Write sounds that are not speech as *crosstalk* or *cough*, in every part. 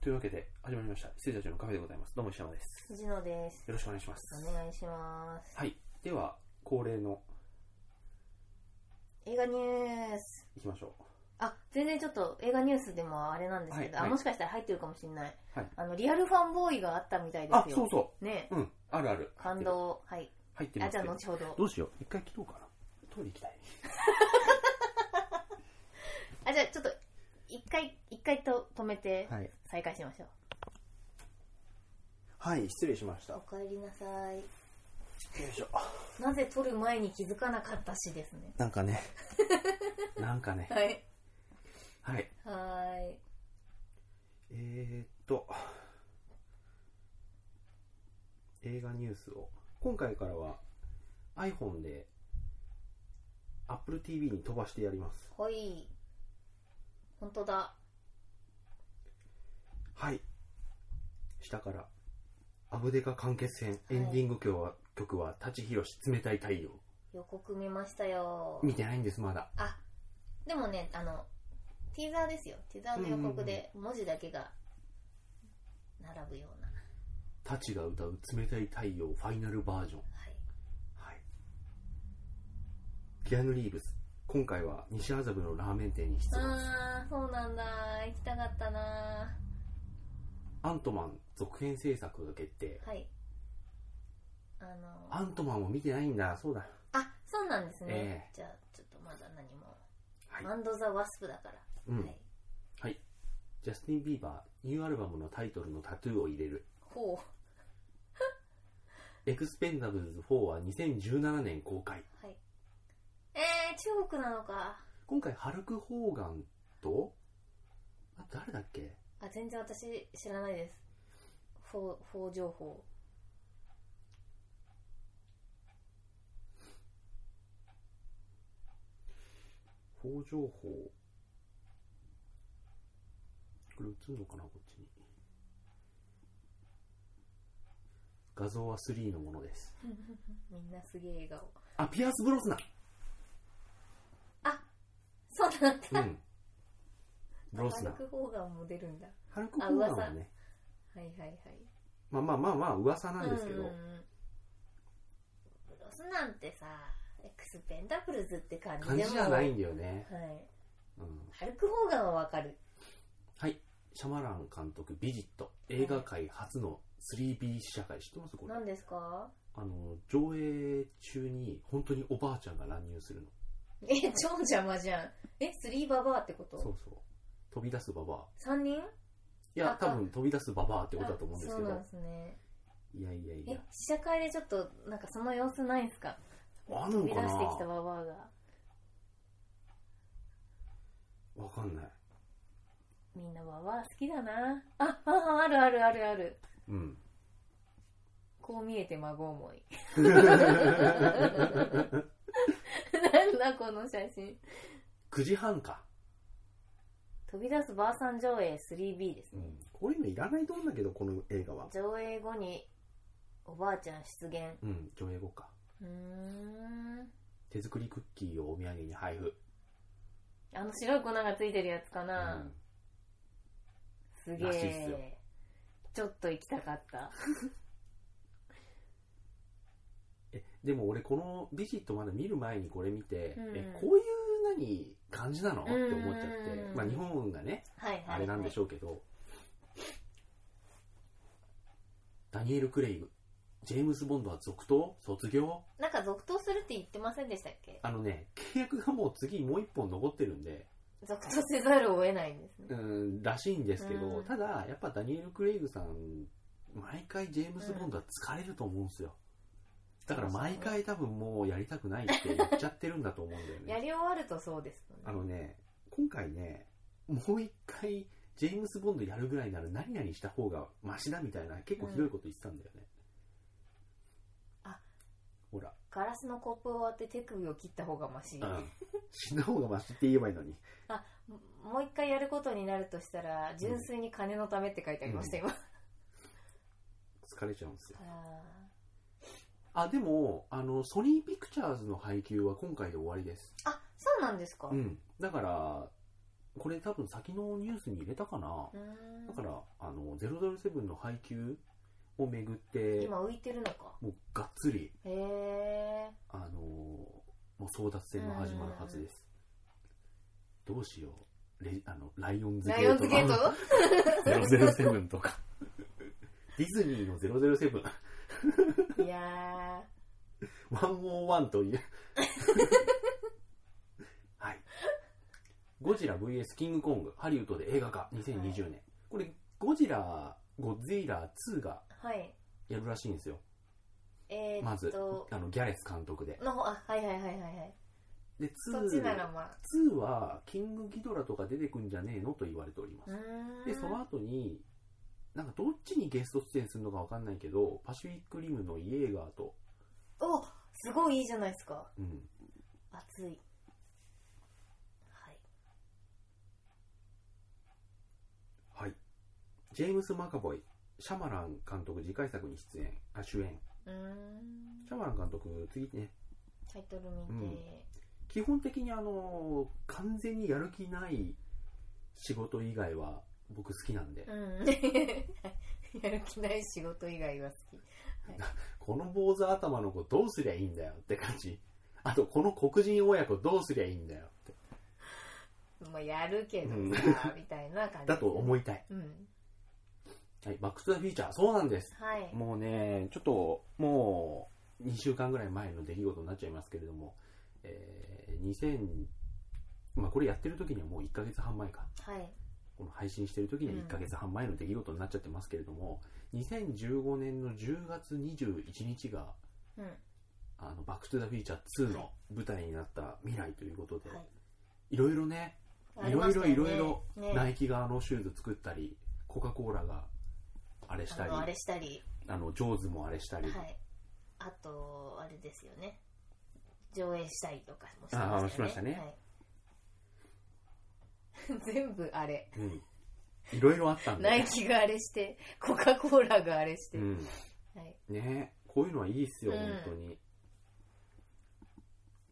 というわけで、始まりました。失礼たちのカフェでございます。どうも石山です。藤野です。よろしくお願いします。お願いします。はい。では、恒例の、映画ニュース。いきましょう。あ、全然ちょっと映画ニュースでもあれなんですけど、はいはいあもしかしたら入ってるかもしれない。はいあの、リアルファンボーイがあったみたいですよ。あ、そうそねえう。うん。あるある。感動。はい。入ってる。入あ、ってじゃあますけ後ほどど。。どうしよう。一回切ろうかな。トイレ行きたい。あ、じゃあちょっと、一回、一回と止めて、はい。再開しましょう。はい、失礼しました。およかえりなさい。いしょ。なぜ撮る前に気づかなかったしですね。なんかね。なんかね。はい。はい。はーい。えー、っと、映画ニュースを、今回からは iPhone で Apple TV に飛ばしてやります。ほい。本当だ。はい。下から、アブデカ完結編、エンディング曲は、曲は、舘ひろし、冷たい太陽。予告見ましたよ。見てないんです、まだ。あでもねあのティーザーですよティーザーの予告で文字だけが並ぶような、舘が歌う冷たい太陽、ファイナルバージョン。はい、はい。キアヌ・リーブス。今回は、西麻布のラーメン店に出没。ああそうなんだ行きたかったなアントマン続編制作が決定。はいあのアントマンも見てないんだ、そうだ。あそうなんですね、えじゃあちょっとまだ何も、はいアンド・ザ・ワスプだから、うんはい、はい。ジャスティン・ビーバー、ニューアルバムのタイトルのタトゥーを入れる。ほエクスペンダブルズ4は2017年公開。うはいえー、中国なのか今回、ハルク・ホーガンと、あ、誰だっけあ全然私知らないですフォーフォー情報法情報。これ映んのかな、こっちに。画像は3のものです。みんなすげえ笑顔あ、ピアース・ブロスナあそうなんだンうん。ブロスナマンル。ク・ホーガンも出るんだ。ハルク・ホーガンはあね、はいはいはい。まあまあまあまあ、噂なんですけど、うんロスなんてさ、エクスペンダブルズって感じで感もじじゃないんだよね。はい。うん。ハルク・ホーガンはわかる。はい。シャマラン監督、ビジット。映画界初の 3B 試写会。知ってますこれ。何ですかあの、上映中に、本当におばあちゃんが乱入するの。え、超邪魔じゃん。え、スリーババアってこそとうそう。飛び出すババア。三人っいやあ、多分飛び出すババアってことだと思うんですけそうどなん。ですね。いやいやいえや。、試写会でちょっと、なんかその様子ないんすかある飛のび出かなしてきたババアが。わかんない。みんなババア好きだな。あ、あ、あるあるあるある。うん。 *laughs* こう見えて孫思い。なんだこの写真。 9時半か。飛び出すばあさん上映 3B ですうね。ん。こういうのいらないと思うんだけど、この映画は。上映後におばあちゃん出現。うん、上映後か。うーん。手作りクッキーをお土産に配布。あの白い粉がついてるやつかうな。んすげらしいっすよえ。ちょっと行きたかった。えでも俺この「ビジット」まだ見る前にこれ見て、うんえこういう何感じなのって思っちゃって、うんまあ、日本がねはいはい、はい。あれなんでしょうけど、ダニエル・クレイグジェームズ・ボンドは続投卒業なんか続投するって言ってませんでしたっけあのね契約がもう次もう一本残ってるんで続投せざるを得ないんですねう。んらしいんですけど、うんただやっぱダニエル・クレイグさん毎回ジェームズ・ボンドは疲れると思うんですよ、だから毎回多分もうやりたくないって言っちゃってるんだと思うんだよねやり終わるとそうですよね。あのね、今回ね、もう一回、ジェームス・ボンドやるぐらいなら何々した方がマシだみたいな、結構ひどいこと言ってたんだよね。うんあほら、ガラスのコップを割って手首を切った方がマシ。うん。死んだ方がマシって言えばいいのに。ももう一回やることになるとしたら純粋に金のためって書いてありました、今疲れちゃうんですよ。ああ、でも、あの、ソニーピクチャーズの配給は今回で終わりです。ーあそうなんですか、うん。だから、これ多分先のニュースに入れたかなうーんだからあの007の配給をめぐって今浮いてるのかもうがっつりへえあのもう争奪戦が始まるはずですどうしようレあのライオンズゲライオーンズトゲートの007とかディズニーの007 *laughs* いや101というはいゴジラ VS キングコングハリウッドで映画化2020年、これゴジラゴッゼイラ2がーはいやるらしいんですよえまー、っずと、あのギャレス監督での方あはいはいはいはいはいでそっちなら2まあ2はキングギドラとか出てくんじゃねえのと言われておりますうーんでその後になんかどっちにゲスト出演するのかわかんないけどパシフィックリムのイエーガーと、おすごいいいじゃないですかうん、熱いはいはい。ジェームス・マカボイ、シャマラン監督次回作に出演、あ、主演。うーんシャマラン監督、次ね、タイトル見て、基本的にあの、完全にやる気ない仕事以外は僕好きなんで、うん *laughs* やる気ない仕事以外は好きこの坊主頭の子どうすりゃいいんだよって感じ。あと、この黒人親子どうすりゃいいんだよって。まあやるけどうんさ、みたいな感じだと思いたい。うんはい。バックス・ザ・フューチャー、そうなんです。はいもうね、ちょっと、もう、2週間ぐらい前の出来事になっちゃいますけれども、えー2000、まあこれやってる時にはもう1ヶ月半前か。はいこの配信してる時には1ヶ月半前の出来事になっちゃってますけれども、2015年の10月21日が、うんはあの、バックトゥザフィーチャー2の舞台になった未来ということで、いいろいろね、ありましたよねいろいろいろねナイキがあのシューズ作ったり、コカ・コーラがあれしあたり、のああれしたりの、ジョーズもあれしたり、はいあとあれですよね上映したりとかもあーしましたねはい *laughs* 全部あれうん。いろいろあったんで。ナイキがあれしてコカ・コーラがあれして、うん。はい、ねこういうのはいいっすよ、うん本当に。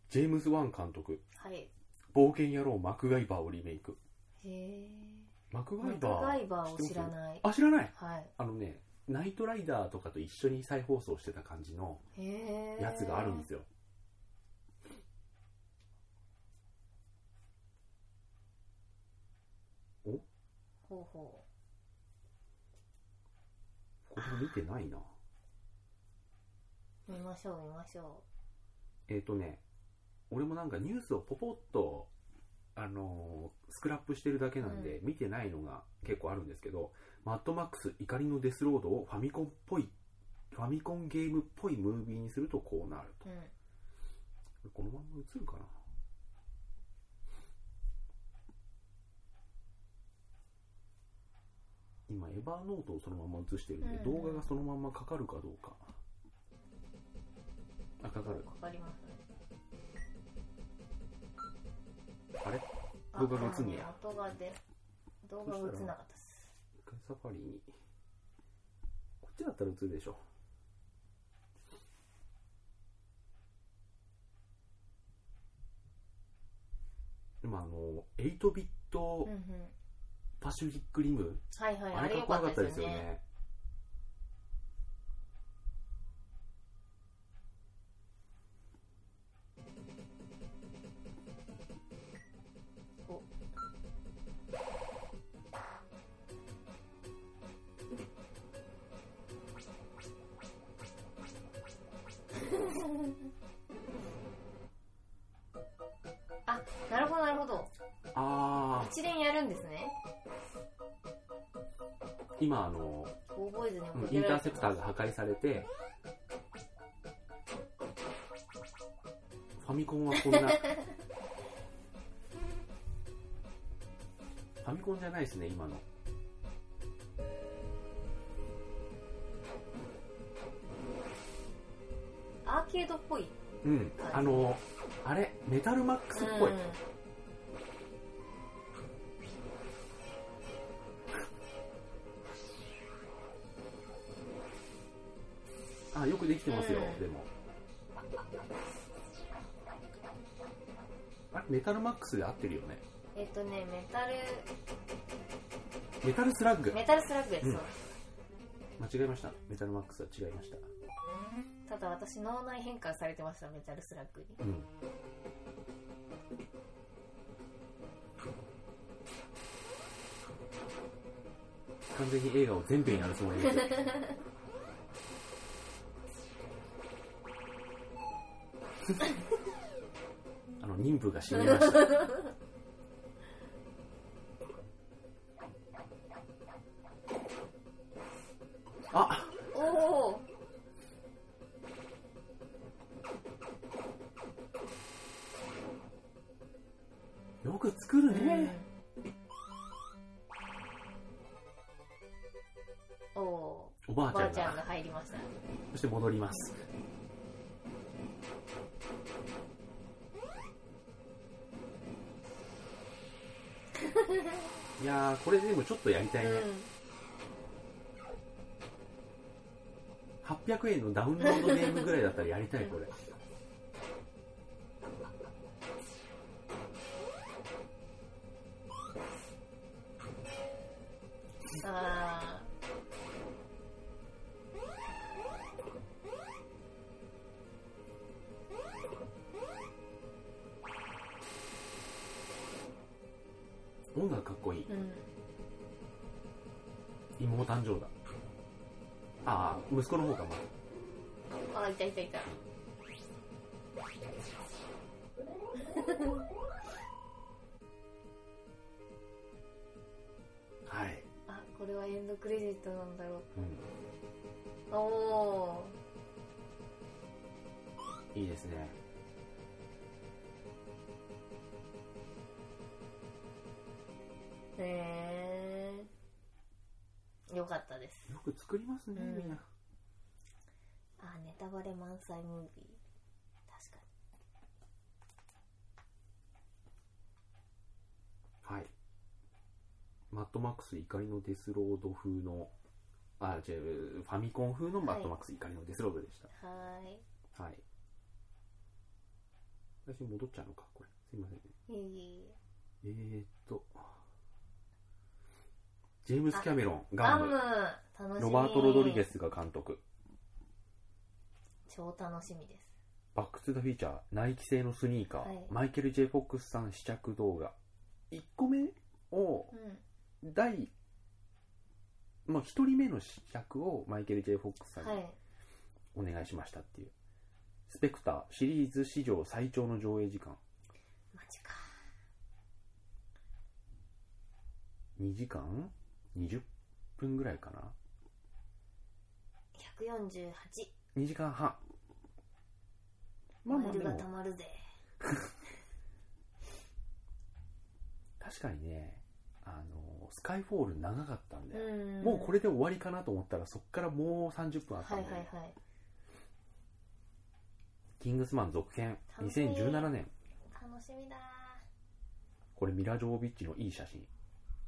ジェームズ・ワン監督、はい、冒険野郎マクガイバーをリメイク。へえマクガマイクバーガイバーを知らい。ないあ、知らないはいあのね、ナイトライダーとかと一緒に再放送してた感じのへえやつがあるんですよ。ほうほこれ見てないな。う見ましょう見ましょえっ、とね、俺もなんかニュースをポポッと、あのースクラップしてるだけなんで、見てないのが結構あるんですけど、マッドマックス怒りのデスロードをファミコンっぽい、ファミコンゲームっぽいムービーにするとこうなるう、うん、と。このまんま映るかな今、エヴァーノートをそのまま映してるんで、うん動画がそのままかかるかどうか。あ、かかる。かかりますねあれあ動画が映んねやあの音がで動画が映んなかったっす一回サファリにこっちだったら映るでしょでもあの8ビットうんうんパシフィックリム、はいはいああれかれ良っこかよかっったたでですすよよねねおあなるほどなるほどああ一連やるんですね今あの覚えずに覚えイてンターられてセプターが破壊されてファミコンはこんなファミコンじゃないですね今のアーケードっぽいうん、あの、あれ、メタルマックスっぽい。うんあ、よくできてますよ、うんでも。あれ、メタルマックスで合ってるよね。ええっとねメタルメタルスラッグメタルスラッグです、うんそう間違えましたメタルマックスは違いましたただ私脳内変換されてましたメタルスラッグにうん完全に映画を全編やるつもりですよ *laughs* あの妊婦が死にましたあおおよく作るね、おおおばーあちゃおばあんちゃんがが入りましたそして戻ります *laughs* いやーこれでもちょっとやりたいね、800円のダウンロードゲームぐらいだったらやりたいこれうんあ音楽かっこいいーうん妹誕生だああ息子の方かまだあいたいたいたはい、あこれはエンドクレジットなんだろううおおん、いいですねへえよかったですよく作りますね、うんみんなあネタバレ満載ムービー確かはいマッドマックス怒りのデスロード風のあ違うファミコン風のマッドマックス怒りのデスロードでしたにはーいはい。私戻っちゃうのか、これ。すいませんね。いいえー、っと。ジェームス・キャメロン、ガガムム。楽しみロバート・ロドリゲスが監督。超楽しみですバック・トゥ・ザ・フィーチャー、ナイキ製のスニーカー、はいマイケル・ J ・フォックスさん試着動画。1個目を、う第、まあ、1人目の試着をマイケル・ J ・フォックスさんんにはいお願いしましたっていう。スペクター、シリーズ史上最長の上映時間。マジか2時間20分ぐらいかな148 2時間半まあまあマイでルがもたまるぜ確かにねあのスカイフォール長かったんだよ、んもうこれで終わりかなと思ったらそっからもう30分あったはんいだはよいね、はいキングスマン続編楽しみ2017年楽しみだこれミラ・ジョービッチのいい写真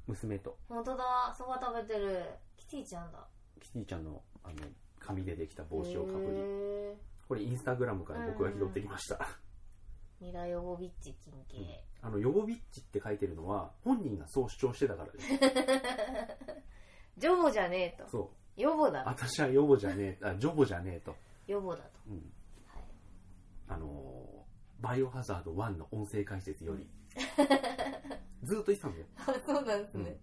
娘と本当だそば食べてるキティちゃんだキティちゃんのあの紙でできた帽子をかぶりへーこれインスタグラムから僕が拾ってきました、ミラヨボビッチ金系あのヨボビッチって書いてるのは本人がそう主張してたからですジョボじゃねえとそうヨボだ私はヨボじゃねえあジョボじゃねえとヨボだとうんはいあのーバイオハザード1の音声解説より、ずーっと言ってたんだよ。あ *laughs* そうなんですね、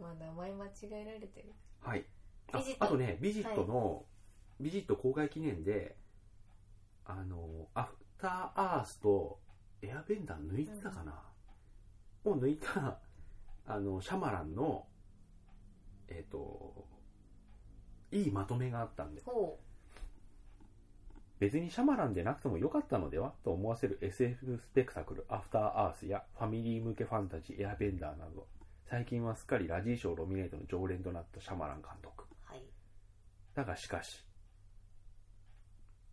まあ名前間違えられてるはい。あビジットあとね、ビジットの、ビジット公開記念で、あのーアフターアースとエアベンダー抜いてたかな、を抜いた、 *laughs* あの、シャマランの、えっ、と、いいまとめがあったんで、ほ別にシャマランでなくても良かったのではと思わせる SF スペクタクル「アフターアース」やファミリー向けファンタジー「エアベンダー」など最近はすっかりラジー賞ロミネートの常連となったシャマラン監督うはいだがしかし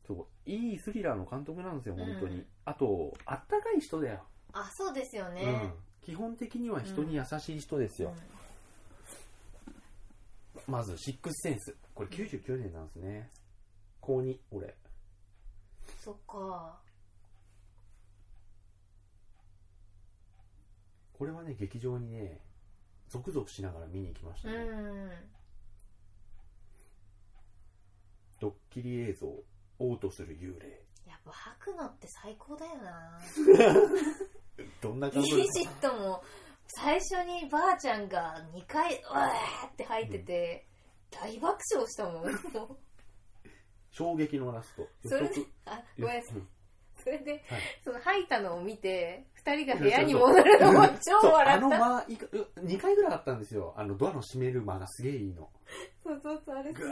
そういいスリラーの監督なんですよ本当に、うんあとあったかい人だよ、あそうですよね、うん、基本的には人に優しい人ですよ、うまず「シックスセンス」これ99年なんですね高2俺んそっかこれはね劇場にねゾクゾクしながら見に行きましたうね、んドッキリ映像嘔吐する幽霊やっぱ吐くのって最高だよなどんなイ感ーじでジットも最初にばあちゃんが2回うわーって吐いてて、大爆笑したもんも衝撃のラストうそれで予あごめんなさい測うんそれではいその吐いたのを見て2人が部屋に戻るのもそ超うあ笑のった間いか2回ぐらいあったんですよあのドアの閉める間がすげえいいのそうそうそうあれグー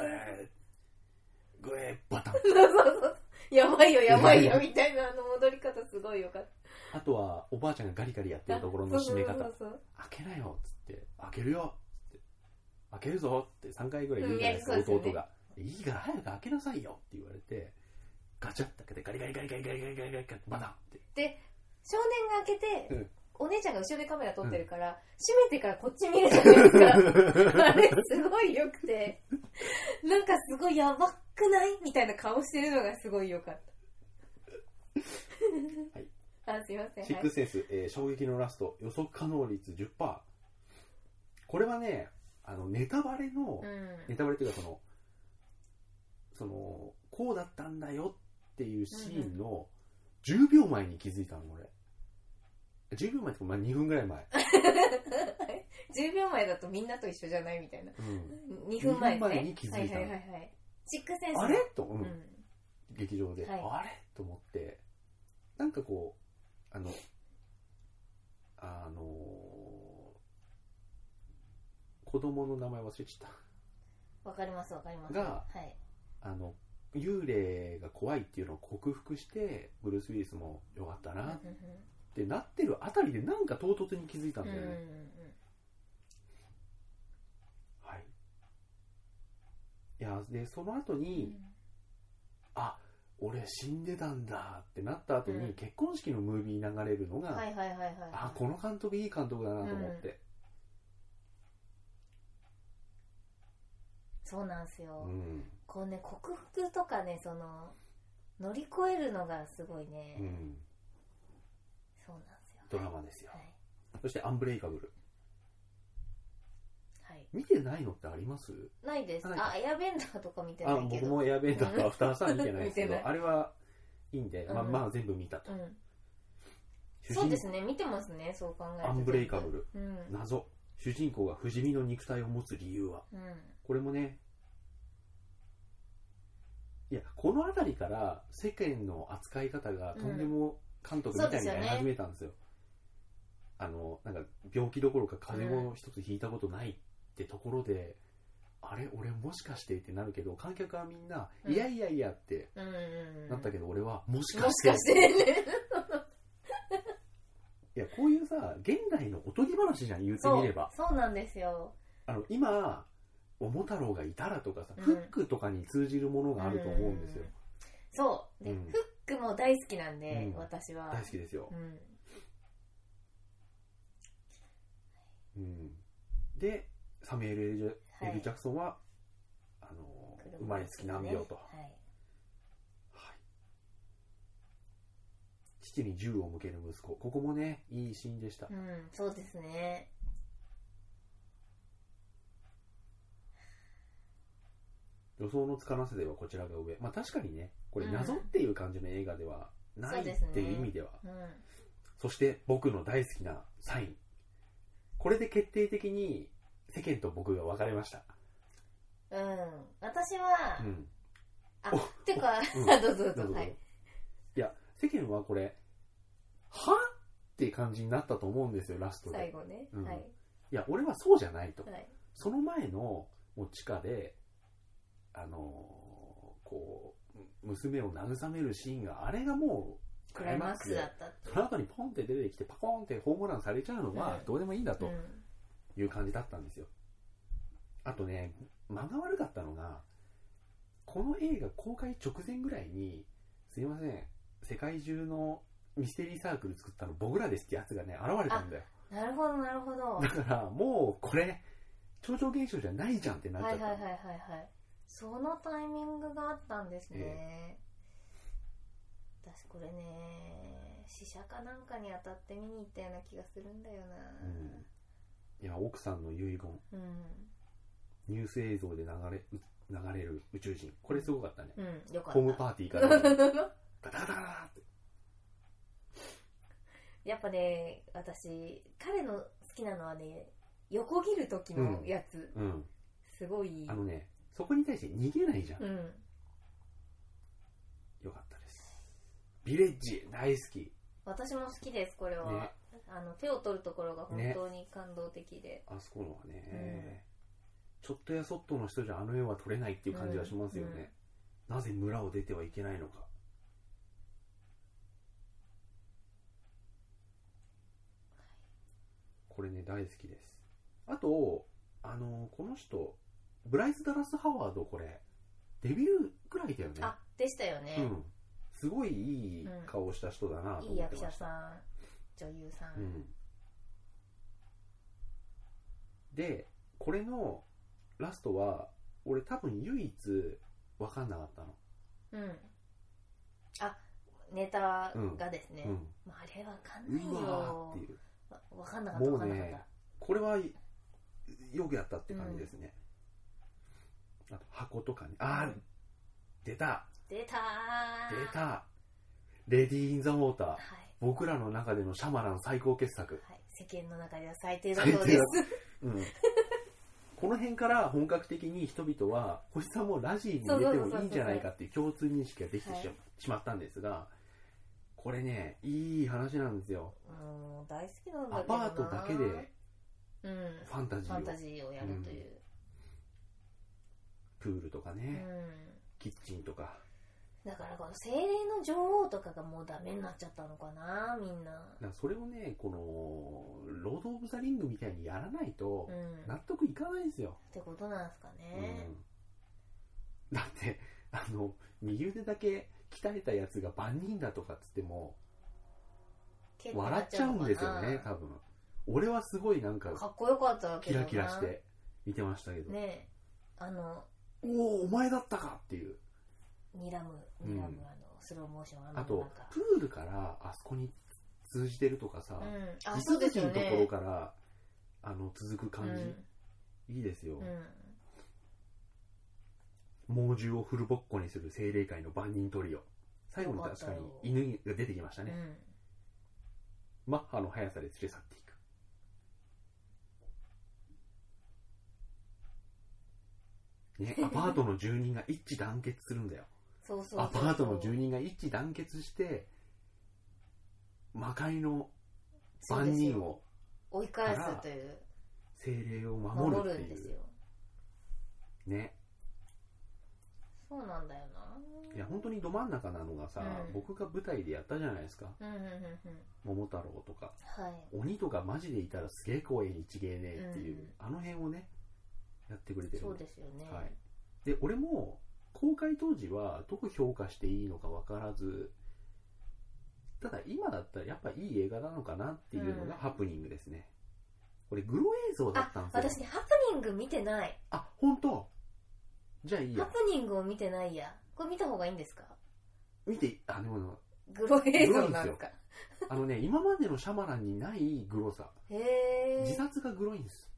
グーバタンそうそうそうやばいよやばいよみたいなあの戻り方すごいよかっあとはおばあちゃんがガリガリやってたるところの閉め方そ開うそうそうけなよっつって開けるよっつって開けるぞって3回ぐらい言うじゃないですか、うんやりそうで弟すよねがいいから早く開けなさいよって言われてガチャって開けてガリガリガリガリガリガリガリガリガリバタンって少年が開けて、うんお姉ちゃんが後ろでカメラ撮ってるから、閉めてからこっち見るじゃないです *laughs* かあれすごい良くて、なんかすごいやばくないみたいな顔してるのがすごい良かった。はい。 *laughs* あ、すいません。シッはクい。スセンス、えー衝撃のラスト予測可能率10%これはねあのネタバレの、うんネタバレというかそのそのこうだったんだよっていうシーンの10秒前に気づいたの俺10秒前ってか、まあ、2分ぐらい前、 *laughs* 10秒前だとみんなと一緒じゃないみたいな。うん2分前,、ね、 2分前に気づいたのはいはいはいはい。シックスセンス。あれと、ううんん。劇場で、はいあれと思ってなんかこうあのあのー子供の名前忘れちゃったわかりますわかります。がはい。あの幽霊が怖いっていうのを克服してブルース・ウィリスもよかったなってなってるあたりでなんか唐突に気づいたんうんだようんうね、んはいいやでその後うん。に、あ俺死んでたんだってなった後に、うん結婚式のムービー流れるのが、はいはいはいはいはい。あこの監督いい監督だなと思って、そうなんですよ。うんこうね、克服とかね、その、乗り越えるのがすごいね、うんそうなんですよ。ドラマですよはい。そして「アンブレイカブルはい。」見てないのってありますないです。ないあ、エアベンダーとか見てあないけ僕ど。もエアベンダーとアフターさん見てないですけ *laughs* 見てどなあれはいいんで、まあ、うんまあ全部見たと、うん。主そう人ですね、見てますね、そう考えると。アンブレイカブル。うん。謎主人公が不死身の肉体を持つ理由はうん。これもねいやこの辺りから世間の扱い方がとんでも監督みたいになり始めたんですよ,、あのなんか病気どころか風邪も一つひいたことないってところで、あれ俺もしかしてってなるけど観客はみんな、うんいやいやいやってうんうんうん。なったけど俺はもしもかししてかして。いやこういうさ現代のおとぎ話じゃん言ってそみれうば。そうなんですよ。あの今桃太郎がいたらとかさ、うんフックとかに通じるものがあると思うんですよ、そう。で、うんフックも大好きなんで、うん私は。大好きですよう、ん。うん、でサミュエル・エルはいエル・ジャクソンは、あの生まれつき難病と、はい。はい父に銃を向ける息子ここもねいいシーンでした、うん、そうですね。予想のつかなせではこちらが上まあ確かにねこれうん謎っていう感じの映画ではないそうっですねていう意味ではうん。そして僕の大好きなサイン。これで決定的に世間と僕が分かれました。うん。私は、うん。あお、てか、うん *laughs* どうぞどなるうほぞ。ど。はいい。、や、世間はこれ、はって感じになったと思うんですよ、ラスト最で。後ね。うんはい。いや、俺はそうじゃないと。はい。その前の、もう地下で、あのーこう、娘を慰めるシーンがあれがもう、クライマックスだで、ったっていうその後にポンって出てきて、パコーンってホームランされちゃうのはうん、どうでもいいんだと。うんいう感じだったんですよあとね間が悪かったのがこの映画公開直前ぐらいにすいません世界中のミステリーサークル作ったの僕らですってやつがね現れたんだよなるほどなるほど。はだからもうこれ超常現象じゃないじゃんってなっいちゃはっいた、はいはいはい。そのタイミングがあったんですね。私これね、試写かなんかに当たって見に行ったような気がするんだよいや奥さんの遺言なうんニュース映像で流れう流れる宇宙人これすごかったね、うん、よかったホームパーティーからガタガタガタって *laughs* やっぱね私彼の好きなのはね横切る時のやつ、うんすごいあのねそこに対して逃げないじゃん、うんよかったですビレッジ大好き私も好きですこれは、ねあの手を取るところが本当に感動的で、あそこのはね、ちょっとやそっとの人じゃあの絵は撮れないっていう感じがしますよね、なぜ村を出てはいけないのかこれね大好きですあとあのこの人ブライズ・ダラス・ハワードこれデビルくらいだよねあでしたよねう、んすごいいい顔した人だなといい思って役ま者したさん女優さん、うん、でこれのラストは俺多分唯一分かんなかったの、うん。あ、ネタがですね。うんまあ、あれわかんないよ。うわーっていうわわかんなかった、もわうかねんなかった。これはよくやったって感じですね、あと箱とかねあー出た出たー出たレディー・イン・ザ・ウォーターはい。僕らの中でのシャマラン最高傑作、はい。世間の中では最低だそうです。うん、この辺から本格的に人々は星さんもラジに入れてもいいんじゃないかっていう共通認識ができてしまはしまったんですがこれねいい話なんですよもう大好きなんだアけどパな。ートだけでうん。ファンタジファンターをジーをやるという。プールとかうん。ねキッチンとかだからこの精霊の女王とかがもうダメになっちゃったのかなみんだな。からそれをねこのロード・オブ・ザ・リングみたいにやらないとうん。納っ得いかないんですよ、てことなんですかね。うん、だってあの右腕だけ鍛えたやつが万人だとかっつっても結構な笑っちゃうんですよねか多分俺はすごいなんなかかっこよかったけキどラな。キラして見てましたけど、ねあのおおお前だったかっていう睨む睨うんむ、あのスローモーションあのあとプールからあそこに通じてるとかさ、中うんあ地そ続うですきよのところねからあの続く感じ、いいですよ、うんうん猛獣をフルボッコにする精霊界の万人トリオ最後に確かによかったよ犬が出てきましたうね、んマッハの速さで連れ去っていくね、 *laughs* アパートの住人が一致団結するんだよそうそうそうアパートの住人が一致団結して魔界のそう万ですよ人を追い返すという精霊を守る守っるてんでいすうよねそうなんだよないや本当にど真ん中なのがさ、うん僕が舞台でやったじゃないですかうんうんうんうん桃太郎とかはい鬼とかマジでいたらすげえ怖い一芸ねっていう、うんあの辺をねやってくれてるそんうでですよね、はい、で俺も公開当時はどう評価していいのか分からずただ今だったらやっぱいい映画なのかなっていうのがうんハプニングですね、これグロ映像だったんあです私よねハプニング見てないあ本当じゃあいいハやプニングを見てないやこれ見た方がいいんですか見てあでもグロ映像なんですかあのね今までのシャマランにないグロさへ自え殺がグロいんです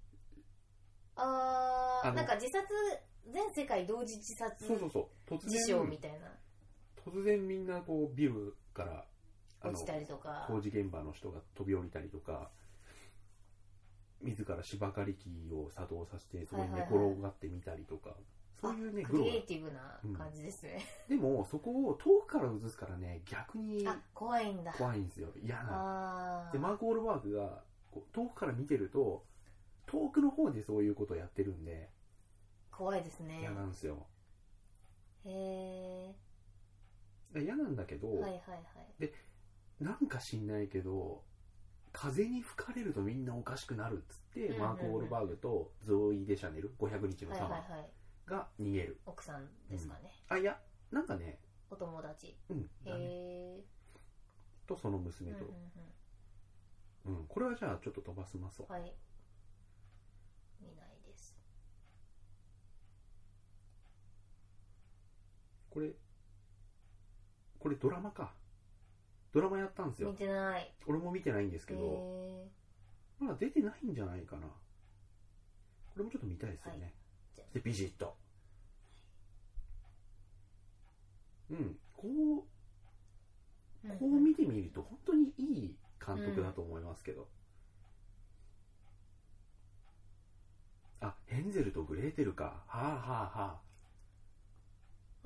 あああのなんか自殺全世界同時自殺そうそうそう突事象み然たいな突然みんなこうビルからあの落ちたりとか工事現場の人が飛び降りたりとか自ら芝刈り機を作動させてそこに寝転がってみたりとか、そういうねあグクロリエイがティブな感じですね、でもそこを遠くから映すからね逆にあ怖いんだ怖いんですよ嫌なあでマーク・オールバーグがこう遠くから見てると遠くの方でそういうことをやってるんでー怖いですね嫌なんですよへえで嫌なんだけど、はいはいはいなんか知んないけど風に吹かれるとみんなおかしくなるっつって、うんうんうんマーク・オールバーグとゾーイ・デ・シャネル500日のはいサはマいー、はいが逃げる奥さんですかね、あいやなんかねお友達うんへだねえとその娘うんうんとう、うんこれはじゃあちょっと飛ばすますわんはい見ないですこれこれドラマかドラマやったんです見よ。てない。俺も見てないんですけへど、え。まだ出てないんじゃないかな。これもちょっと見たいですよね。じゃあで、ビジッと。うん、こう、こう見てみると本当にいい監督だと思いますけど。あ、ヘンゼルとグレーテルか。はあはあは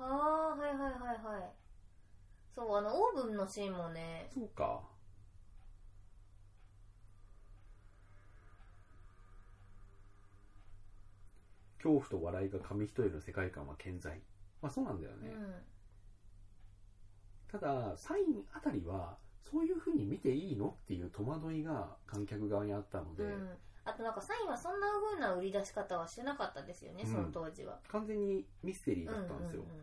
あ。ああ、はいはいはいはい。そう、あの、オーブンのシーンもね、そうか。恐怖と笑いが紙一重の世界観は健在。まあそうなんだようね。ん。ただ、サインあたりは、そういう風に見ていいのっていう戸惑いが観客側にあったので、うん、あとなんかサインはそんな風な売り出し方はしてなかったですよね、うんその当時は。完全にミステリーうだったんですよ。んうんうん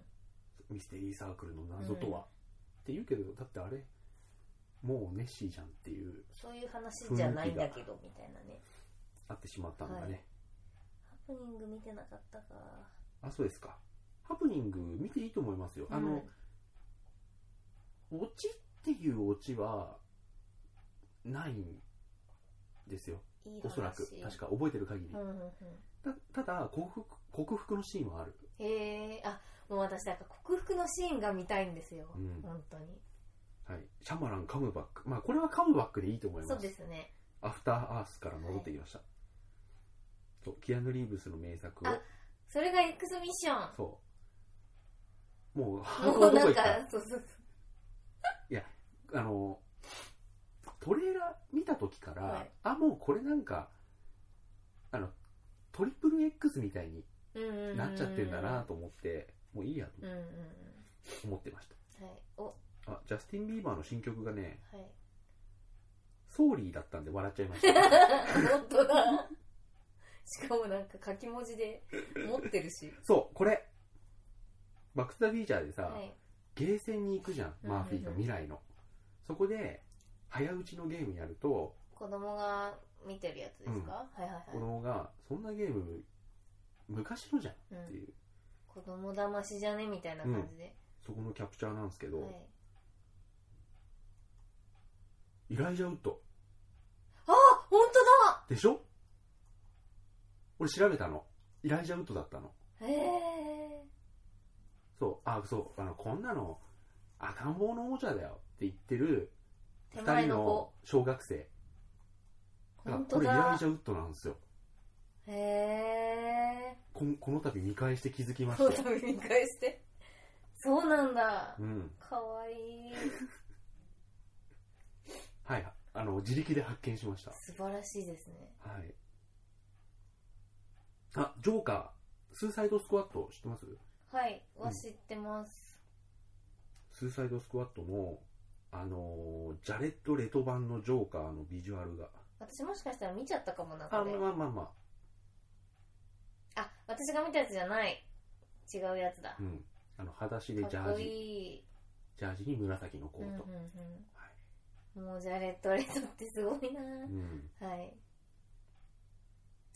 ミステリーサークルの謎とは。って言うけど、だってあれ、もうネッシーじゃんっていう、そういう話じゃないんだけどみたいなね。あってしまったんだね。はいハプニング見てなかったか。あ、そうですか。ハプニング見ていいと思いますよ。あの、オチっていうオチは、ないんですよ。うん、いい話おそらく。確か、覚えてる限りう。んうんうん、たただ、克服、克服のシーンはある。へえ、あもう私、なんか克服のシーンが見たいんですよ、うん本当に。はい。シャマランカムバック。まあ、これはカムバックでいいと思います。そうですね。アフターアースから戻ってきました。そう、キアヌ・リーブスの名作をあ、それが X ミッショそう。もう、ハーン。トものうどなこ行んっかた、 *laughs* そうそうあの、トレーラー見た時から、はいあ、もうこれなんか、あの、トリプル X みたいにそう。うんうんうんなっちゃってんだな。と思って、もういいやとうんうんうん。思ってました。はい。お、はあ、ジャスティン・ビーバーの新曲がね、い。ソーリーだったんで笑っちゃいま *laughs* した。本当だ。しかもなんか書き文字で持ってるし。そう、これ。バックスタフィーチャーでさ、はい。ゲーセンに行くじゃん、うんうんマーフィーが未来の。そこで、早打ちのゲームやると、子供が見てるやつですか、はいは子いはい。供が、そんなゲーム、昔のじゃんっうんていう、子供だましじゃねみたいな感じで。そこのキャプチャーなんですけど、はい。イライジャウッド。あ本でしょ俺調べたの。イライジャウッドだったの。当だへえ。そう、あ、そう、あの、こんなの、赤ん坊のおもちゃだよって言ってる、手二前人のの子。小学生が、本こ当れイライだジ。ャウッドなんですよ。へえ。こんこの度見返して気づきまこのした。度見返して。そうなんだう。ん。かわいい。はい、あの、自力で発見しました。素晴らしいですね。はい。あ、ジョーカー、スーサイドスクワット知ってますはい。は知ってます。スーサイドスクワットの、あのージャレット・レト版のジョーカーのビジュアルが。私もしかしたら見ちゃったかもな、あ、こまれあ。まあまあまあ、私が見たやつじゃない。違うやつだあ。。うん。あの、裸足でジャかっーこジ、いい。ジャージに紫のコート。うんうんうん、もうじゃレットレットってすごいな、うん。はい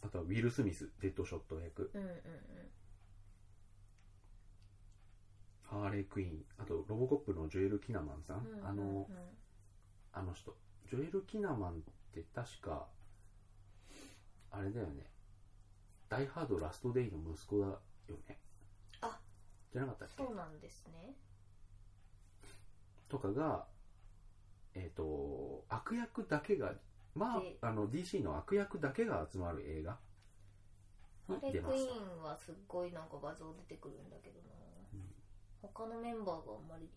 あとはウィル・スミス、デッドショット役。うんうんうんハーレー・クイーン。あと、ロボコップのジョエル・キナマンさん。うんうんうんあの、あの人。ジョエル・キナマンって確か、あれだよね。ダイハード・ラスト・デイの息子だよね。あじゃなかったっけそうなんですねとかが、えっ、と、悪役だけが、まであ、あの、DC の悪役だけが集まる映画ハレに出ーまクイしーンはすっごいなんか画像出てくるんだけどな、うん他のメンバーがあんまり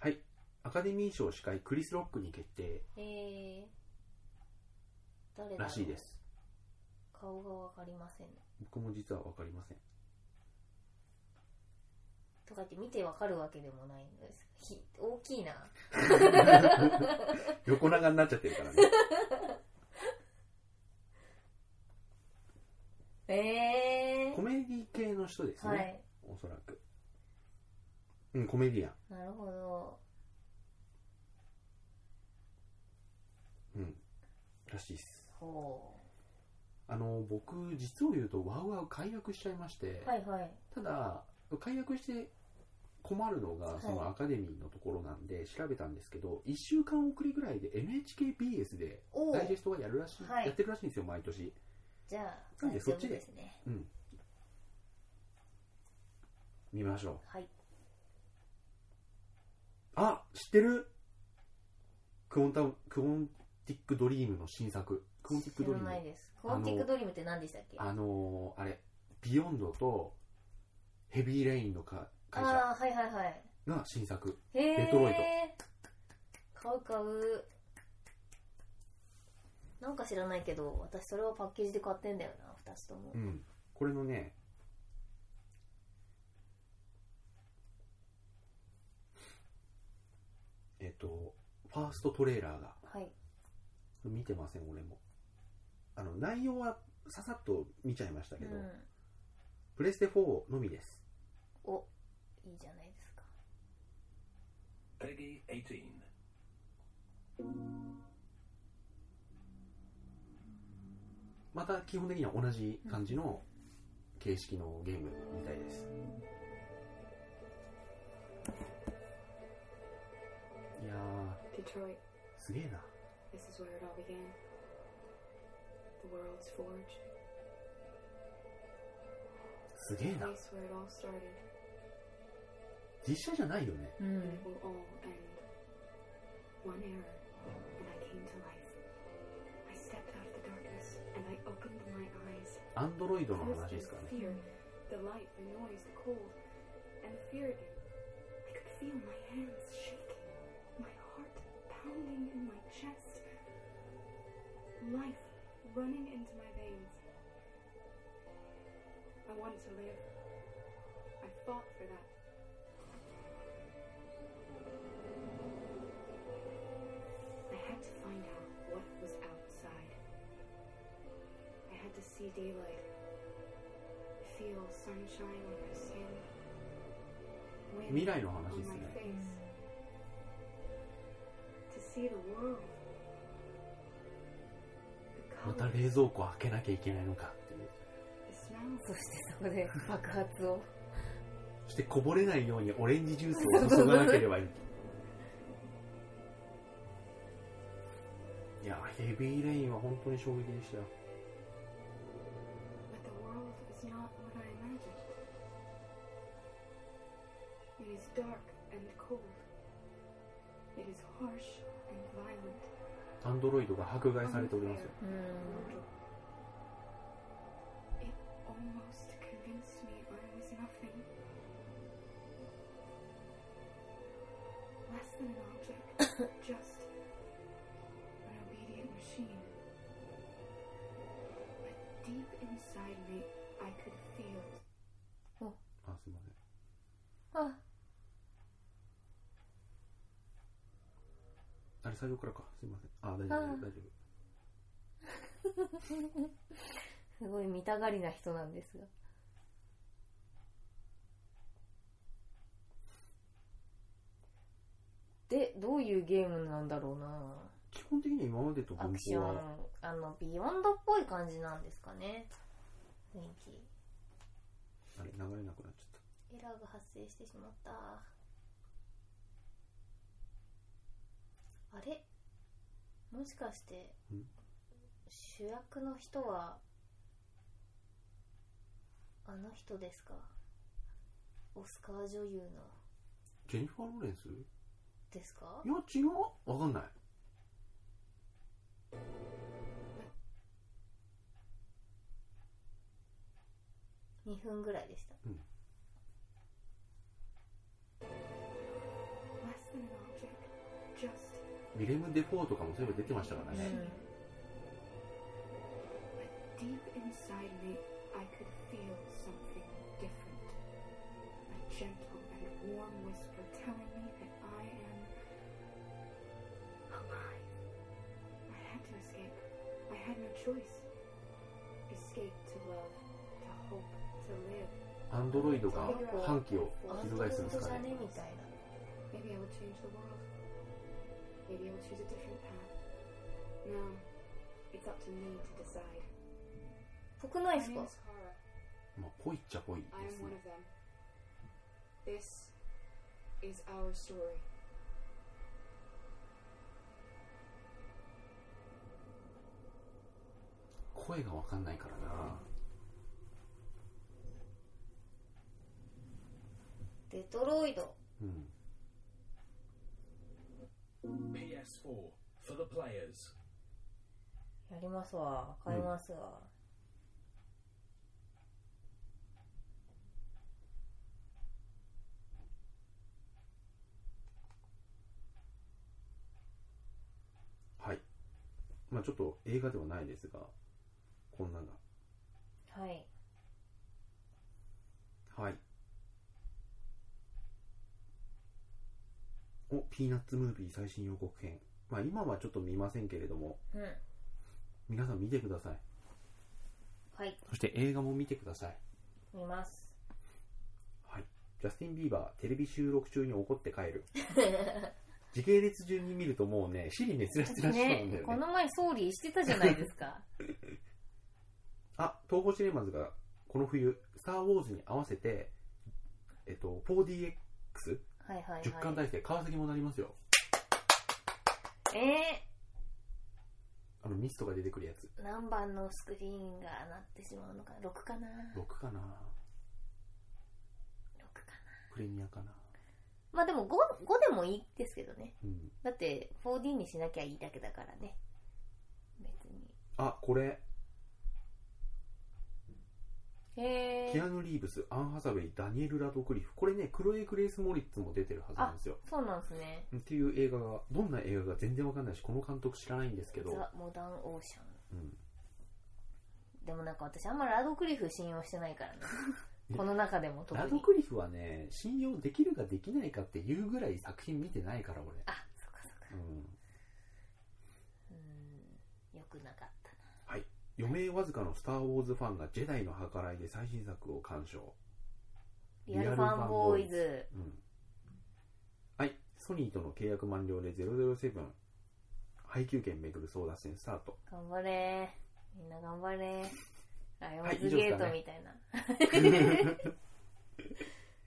た。はい。アカデミー賞司会、クリス・ロックに決定えー、誰だろうらしいです。顔がわかりません僕も実はわかりま *laughs* せん。とか言って見てわかるわけでもないんですひ大きいな横長になっちゃってるからね。えコメディ系の人ですー、ね。はいおそらく。うん、コメディアン。なるほどうん。らしいっす。ほあの、僕、実を言うと、ワウワウ解約しちゃいまして、うはいはいただ、解約して困るのがはいそのアカデミーのところなんで調べたんですけど、1週間遅れぐらいで NHKBS でおダイジェーストがやるらしい、はいやってるらしいんですよ毎年じゃあなんでそっちですね見ましょうはいあ知ってるクオンタクオンティックドリームの新作クオンティックドリー知らないムですクオンティックドリームって何でしたっけああのーあれビヨンドとヘビーレインのか会社あーはいはいはいが新作へえメトロイ買う買うなんか知らないけど私それをパッケージで買ってんだよな2つとも、うん、これのねえっとファーストトレーラーがはい見てません俺もあの内容はささっと見ちゃいましたけうど、んプレステ4のみですおいいじゃないですか Peggy 18. また基本的には同じ感じの形式のゲームみたいです、いや Detroit, ーすげえな this is where it all began. The world's forge, すげ the えな place where it all started, 実写じゃないよねう and ん it will all end. One error, and I came to life. I stepped out of the darkness, and I opened my eyes. アンドロイドの話 First there で was すからね fear, the light, the noise, the cold, and the fear again. I could feel my hands shaking, my heart pounding in my chest, life running into my veins. I wanted to live. I fought for that. 'Cause I had to find out what was outside. I had to see daylight, feel sunshine on my skin, wind 未来の話 on です my ね face, to see the world. The また colors, 冷蔵庫開けなきゃいけないのかっていう the smells. そしてそこで爆発をそしてこぼれないようにオレンジジュースを注がなければいいいやヘビーレインは本当に衝撃でしたよ But the world is not what I imagined. It is dark and cold. It is harsh and violent. アンドロイドが迫害されておりますよ unfair, うん brutal. It almost convinced me I was nothing. Less than an object, *coughs* just an obedient machine. But deep inside me, I could feel あすいませんああれ最初からかすいませんあ大丈あ夫大丈すごい見たがりな人なんですがでどういうゲームなんだろうな夫基本的に今までとア文クショ法ンはあのビヨンドっぽい感じなんですかね雰囲気あれ流れなくなっちゃっエラーが発生してしまったあれもしかしてん主役の人はあの人ですかオスカー女優のたジェニファー・ローレンスいですかや違うわかんない ?2 分ぐらいでした less than an object, just ウィレム・デフォーとかもそういえば出てましたからね But deep inside me, I could feel something different. A gentle and warm whisper telling me that I am alive. I had to escape. I had no choice. Escape to love, to hope, to live. アンドロイドがあ反旗をアあウトプ翻するんッですトじかゃねねみたいな Maybe I will change the world. Maybe I will choose a different path. No, it's up to me to decide. ぽくないで My す name か is Kara. まあぽいっちゃぽいで I am す one ね of them. This is our story. 声がわかんないからなデトロイド。うん。 PS4 for the players. やりますわ。買いますわ。はい。まあちょっと映画ではないですが、こんなのはい。が。はい。お、ピーナッツムービー最新予告編。まあ今はちょっと見ませんけれども、うん。皆さん見てください。はい。そして映画も見てください。見 *laughs* ます。はい。ジャスティン・ビーバー、テレビ収録中に怒って帰る。時系列順に見るともうね、尻滅裂らしそうなんだね、よこね。の前総理してたじゃないで *laughs* すか。あ、東宝シネマズがこの冬、スター・ウォーズに合わせて、えっと、4DX、はいはい10は巻い。体制、川崎もなりますよ。えあの、ミストが出てくるやつ。ー、何番のスクリーンがなってしまうのか。6かな。6 6かなかな。プレミアかなまあでも 5, 5でもいいですけどね。うん。だって 4D にしなきゃいいだけだからね。別に。あ、これ、へキアヌ・リーブス、アン・ハサウェイ、ダニエル・ラドクリフ。これね、クロエ・グレイス・モリッツも出てるはずなんですよ。そうなんですね。っていう映画が、どんな映画が全然わかんないし、この監督知らないんですけど、ザ・モダン・オーシャン。うん、でもなんか私あんまラドクリフ信用してないから *laughs* ね。この中でも特ラに。ドクリフはね、信用できるかできないかっていうぐらい作品見てないから、俺。あ、そっかそっか。うん。うん。よくなかったな。余命わずかのスター・ウォーズファンがジェダイの計らいで最新作を鑑賞。リアルファンボーイズ。うん。はい。ソニーとの契約満了で007、配給権めぐる争奪戦スタート。頑張れみんな頑張れライオはいンズゲートみたいな。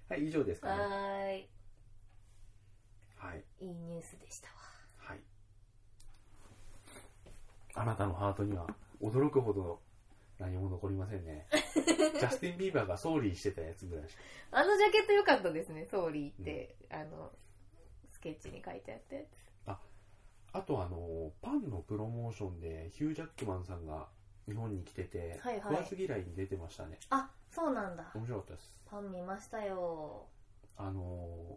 はい、以上ですかね。はーい。はい。いいニュースでしたわ。はい。あなたのハートには驚くほど何も残りませんね。ジャスティン・ビーバーがソーリーしてたやつぐらいしか。あのジャケット良かったですね、ソーリーって。あの、スケッチに書いてあったやつ。あとあの、パンのプロモーションでヒュー・ジャックマンさんが日本に来てて、はいはい食わず嫌いに出てましたね。あ、そうなんだ。面白かったです。パン見ましたよ。あのー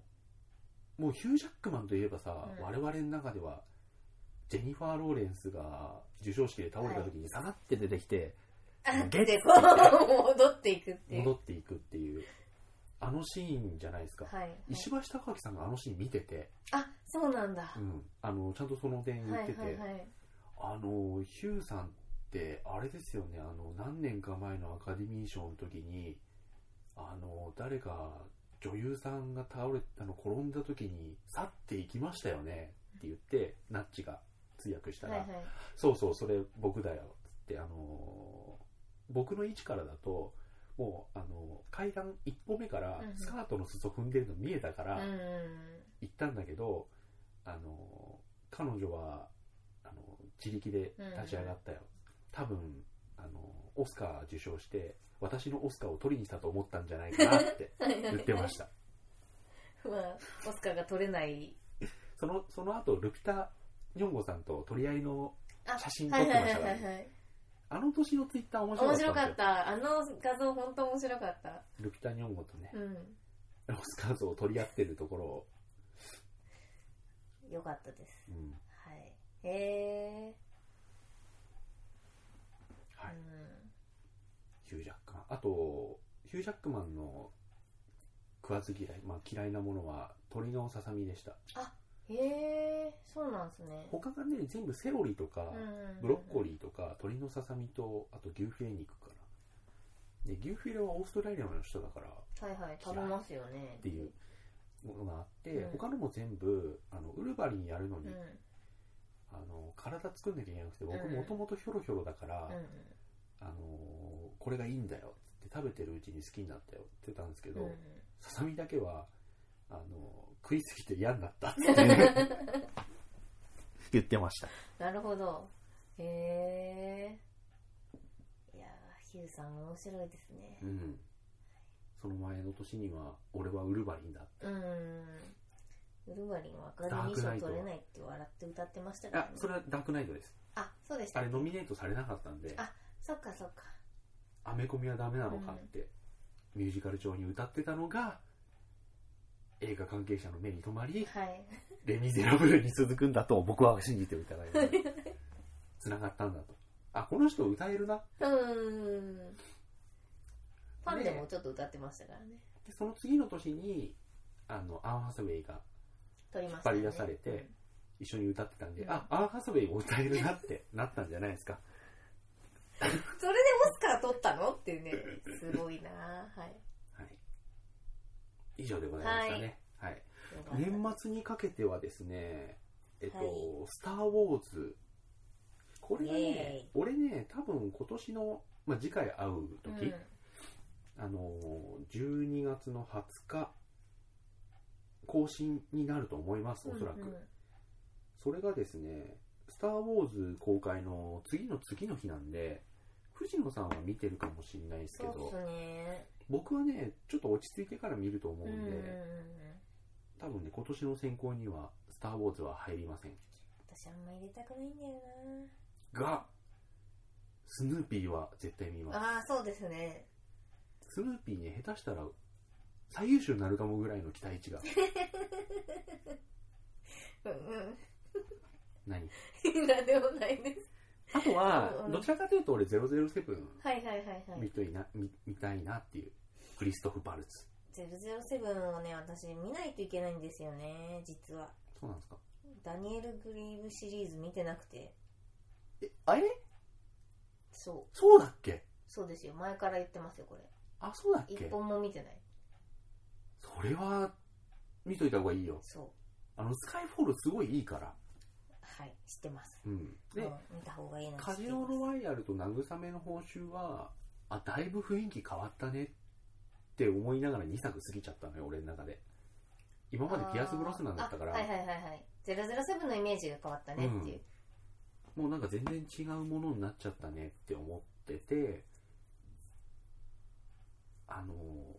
もうヒュー・ジャックマンといえばさ、うん我々の中ではジェニファー・ローレンスが授賞式で倒れた時にさらって出てきてあ、ゲッで、戻っていくっていう。戻っていくっていう、あのシーンじゃないですか、はいはい。石橋貴明さんがあのシーン見てて、あ、そうなんだ。はうんあのちゃんとその点い言はっていて、はい。あのヒューさんってあれですよねあの何年か前のアカデミー賞の時にあの誰か女優さんが倒れたの転んだ時に去っていきましたよねって言ってナッチが通訳したはいら、はい。そうそうそれ僕だよっつってあの僕の位置からだともうあの階段一歩目からうんうんスカートの裾踏んでるの見えたから、うんうん行ったんだけどあの彼女はあの自力で立ち上がったよ、多分あのオスカー受賞して私のオスカーを取りに来たと思ったんじゃないかなってうん。。言ってました *laughs* たまあ、オスカーが取れない。そのその後ルピタ・ニョンゴさんと取り合いのあ写真撮はっいてはましいはたいからね、はいはい。あの年のツイッター面白か面った白かんっですよた。あの画像本当面白かった。ルピタ・ニョンゴとね、うん。オスカー像を取り合ってるところを、よかったです。うんはい。へえ。はいうヒュージャックマンあとヒュージャックマンの食わず嫌い、まあ、嫌いなものは鶏のささみでしたん。へえ、そうなんですね。他がね全部セロリとか、うんブロッコリーとか鶏のささみとあと牛フィレ肉かなで牛フィレはオーストラリアの人だからっはいはい、食べますよね。ていうものがあって、うん他のも全部あのウルバリンやるのうん。に、うんあの体作んなきゃいけなくて僕うんもともとヒョロヒョロだから、うん。あのこれがいいんだよって食べてるうちに好きになったよって言ってたんですけど、うんささみだけはあの食いすぎて嫌になったって言ってましたなるほど。へえ。いやー、ヒューさん面白いですねう。んその前の年には俺はウルヴァリンだうーん。ウルヴァリンはアカデミーダークナ賞イト取れないって笑って歌ってましたからあね。それはダークナイトですあ、そうでしたあっれけ。ノミネートされなかったんであそっかそっか。アメコミはダメなのかって、ミュージカル調に歌ってたのが映画関係者の目に留まりはい。 「レ・ミゼラブル」に続くんだと僕は信じていただいて繋がったんだとあこの人歌えるなうーん。ファンでもちょっと歌ってましたからね。でその次の年にあのアン・ハサウェイが取りましたね。引っ張り出されて一緒に歌ってたんで、うんあアン・ハサウェイも歌えるな *laughs* ってなったんじゃないですかそれでオスカー取ったのって *laughs* ね、すごいなはい。はい以上でございますかね、はい、よかった年末にかけてはですね、えっと、はいスター・ウォーズ、これがイねエーイ、俺ね、多分今年の、まあ、次回会う時、うんあのー、12月の20日、更新になると思います、おそらく。うんうんそれがですね、スター・ウォーズ公開の次の次の日なんで、藤野さんは見てるかもしれないですけそうっどす、ね。僕はね、ちょっと落ち着いてから見ると思ううんんで、うんうんうん。多分ね、今年の選考には、スター・ウォーズは入りません。私あんま入れたくないんだよが、スヌーピーは絶対見なまああー、そうですね。す。スヌーピーね、下手したら、最優秀になるかもぐらいの期待値 *laughs* が。うんうん。何なん *laughs* でもないです。あとはう、んどちらかというと俺007はいはいはいは見い。といな、見見たいなっていう。クリストフ・バルツ。 007をね、私見ないといけないんですよね、実は。そうなんですかダニエル・グリーブシリーズ見てなくて。え、あれそう。そうだっけそうですよ。前から言ってますよ、これ。あ、そうだっ一け本も見てない。それは、見といた方がいいよ。そう。あの、スカイフォールすごいいいから。はい、知ってます。うん。で、うん見た方がいいの知カってジますノロワイヤルと慰めの報酬は、あ、だいぶ雰囲気変わったねって思いながら2作過ぎちゃったのよ、俺の中で。今までピアスブロスなんだったから、あはいはいはいはい。007のイメージが変わったねっていう。もうなんか全然違うものになっちゃったねって思ってて、あのー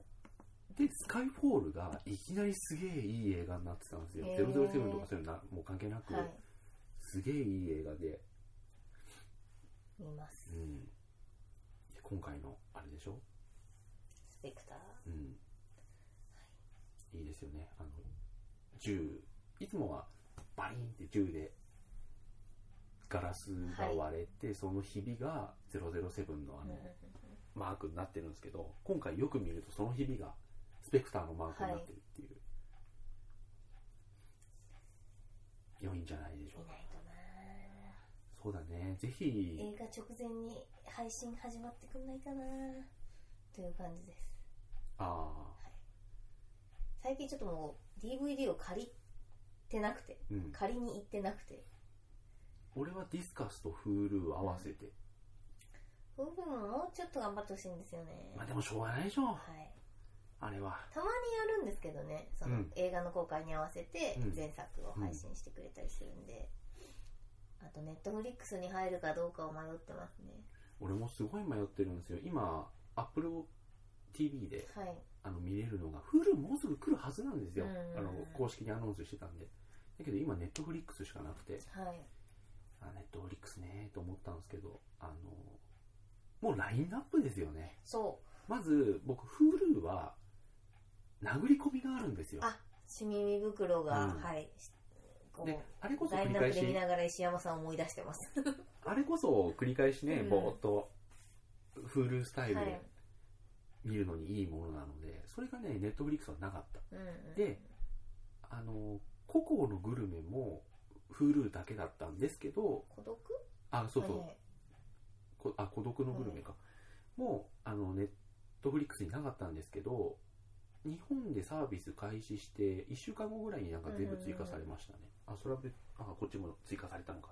で、スカイフォールがいきなりすげえいい映画になってたんですよ。へー007とかそういうのなもう関係なく、はい。すげえいい映画で、見ます。うんで今回のあれでしょスペクター。うんいいですよねあの銃いつもはバリンって銃でガラスが割れて、そのひびが007のあうんのうんうんマークになってるんですけど今回よく見るとそのひびがスペクターのマークになってるっていう、良いんじゃないでしょう見かないとなそうだねぜひ映画直前に配信始まってくんないかなという感じです。あ最近ちょっともう DVD を借りてなくて、あうん借りに行ってなくて。俺はディスカスと Hulu を合わせて、そういうのももうちょっと頑張ってほしいんですよね。まあでもしょうがないでしょはい。あれはたまにやるんですけどねそのうん映画の公開に合わせてうん前作を配信してくれたりするんで、あとネットフリックスに入るかどうかを迷ってますね俺もすごい迷ってるんですよ今 Apple TV ではいあの見れるのが Hulu もうすぐ来るはずなんですようんあの公式にアナウンスしてたんでだけど今 Netflix しかなくてはいあ Netflix ねーと思ったんですけどあのもうラインナップですよねそうまず僕 Hulu は殴り込みがあるんですよあ趣味見袋が、うんはいしこでうあれこそライ繰ンりナ返ップで見しながら石山さんを思い出してますあれこそ繰り返しねうんぼーっと Hulu スタイルはいで見るのにいいものなのでそれがね Netflix はなかったうんうんであの個々のグルメも Hulu だけだったんですけど孤独あそうそう、はいはいこあ孤独のグルメか、もうあのネットフリックスになかったんですけど日本でサービス開始して1週間後ぐらいになんか全部追加されましたね、あそれは別あこっちも追加されたのか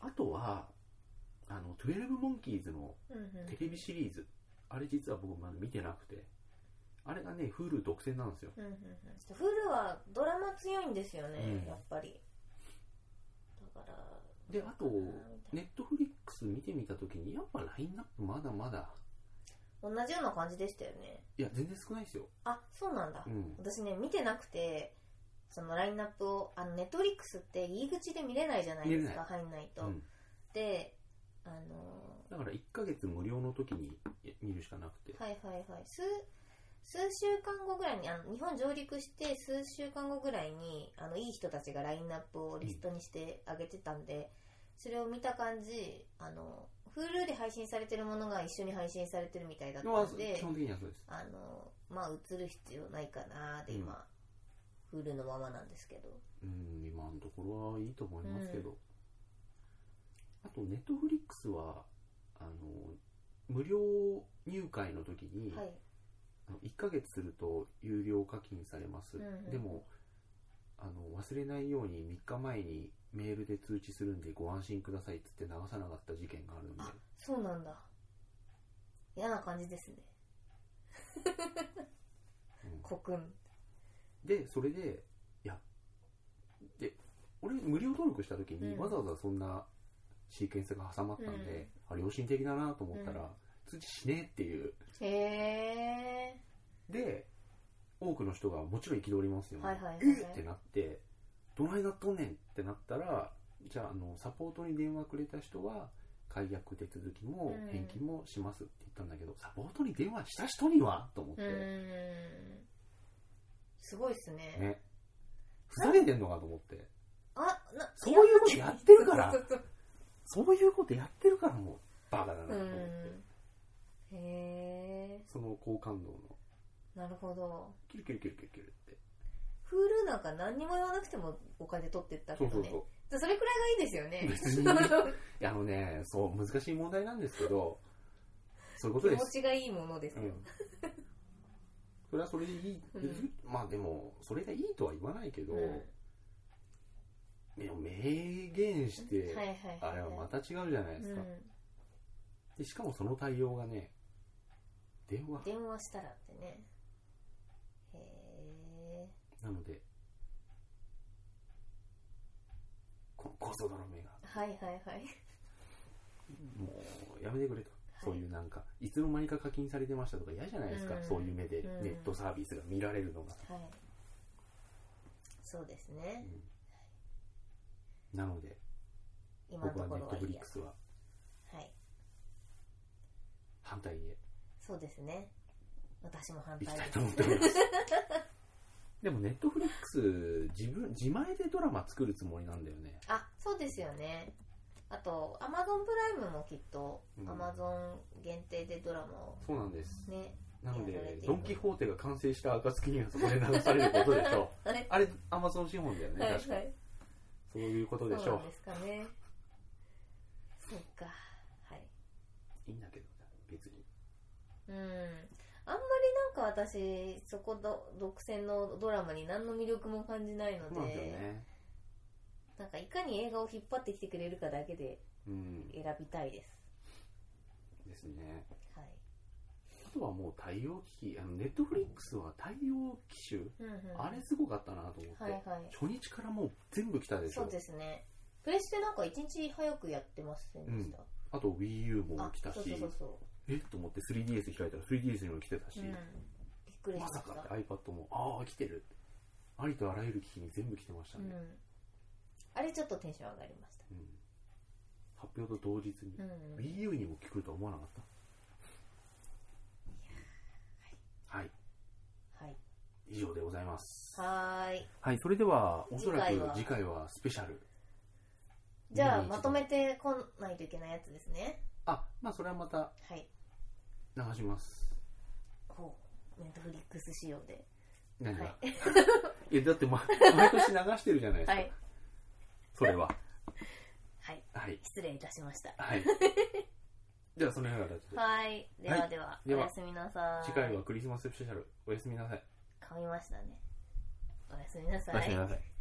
とあとはあの12モンキーズのうんうんテレビシリーズあれ実は僕まだ見てなくてあれがね Hulu 独占なんですようんうんうん、フルはドラマ強いんですよね、うんやっぱりだからであとネットフリックス見てみた時にやっぱラインナップまだまだ同じような感じでしたよねいや全然少ないですよあそうなんだ、うん私ね見てなくてそのラインナップをあのネットフリックスって入り口で見れないじゃないですか入んないと、うんであのだから1ヶ月無料の時に見るしかなくてーはいはいはい数数週間後ぐらいにあの日本上陸して数週間後ぐらいにあのいい人たちがラインナップをリストにしてあげてたんで、それを見た感じあの Hulu で配信されてるものが一緒に配信されてるみたいだっまあたんで基本的にはそうですあのまあ映る必要ないかなで今、フルのままなんですけどうん今のところはいいと思いますけど、あとネットフリックスはあの無料入会の時に、はいあの1ヶ月すると有料課金されます、うんうんでもあの忘れないように3日前にメールで通知するんでご安心くださいっつって流さなかった事件があるんであそうなんだ嫌な感じですねうんコクンでそれでいやで俺無料登録した時にうんわざわざそんなシーケンスが挟まったんで、あ良心的だなと思ったら、うん通知しねえっていうへえで多くの人がもちろん憤りますよね、はいはいはいはいえっってなってどないなっとんねんってなったらじゃああのサポートに電話くれた人は解約手続きもうん返金もしますって言ったんだけど、サポートに電話した人にはと思っうて、ーんすごいっすねねふざけてんのかと思ってあなそういうことやってるからそうそうそうそういうことやってるからもうバカだなとう思って、ーんへえその好感度のなるほどキルキルキルキルキルって Hulu なんか何にも言わなくてもお金取ってったそけうどそうねそうじゃあそれくらいがいいですよね *laughs* 別にいやあのねそう難しい問題なんですけどそういうこと *laughs* 気で持すちがいいものですよ、うん *laughs* それはそれでいい、うんまあでもそれがいいとは言わないけど、うんでも明言して、はいはいはい、あれはまた違うじゃないですか、うでしかもその対応がね電話ん、電話したらってねへえなのでこのコソ泥目がはいはいはいもうやめてくれと、いそういうなんかいつの間にか課金されてましたとか嫌じゃないですか、うんそういう目でうんネットサービスが見られるのが、はいそうですねうんなので今の僕はとこネろットはいフいリッやクスははい反対へそうですね私も反行き対たいでとす思っております *laughs* でもネットフリックス自分自前でドラマ作るつもりなんだよねあそうですよねあとアマゾンプライムもきっとうんアマゾン限定でドラマをそうなんですねなのいやそれでっていいドン・キホーテが完成した暁にはそこで流されることでしょう *laughs* あ *laughs* れあれアマゾン資本だよねはいはい確かそういうことでしそうょなんですかねそうかはいういいんだけど別にうん、あんまりなんか私そこど独占のドラマに何の魅力も感じないのそうなでんですよねなんかいかに映画を引っ張ってきてくれるかだけでうん選びたいです、ですねはいあとはもう対応機器あのネットフリックスは対応機種、うんうん、あれすごかったなと思って、はいはい初日からもう全部来たでしょそうですねプレステなんか一日早くやってませんでした、あと WiiU もあ来たしそうそうそうそえっと思って 3DS 開いたら 3DS にも来てたし、う、うん、びっくりしまましさたかって iPad もああ来てるありとあらゆる機器に全部来てましたうね、ん、あれちょっとテンション上がりましたうん発表と同日に、うん、 WiiU にも来るとは思わなかったはいはい以上でございますはーいはいそれではおそらく次回は次回はスペシャルじゃあ21まとめてこないといけないやつですねあまあそれはまたはい流しますほうネットフリックス仕様で何が、、は *laughs* いやだって、 *laughs* ま、毎年流してるじゃないですか、はいそれははいはい失礼いたしましたはい。じゃあ、そのような形で。はいではでは、ではおやすみなさい次回はクリスマススペシャル。おやすみなさい。噛みましたねおやすみなさおやすいみなさい。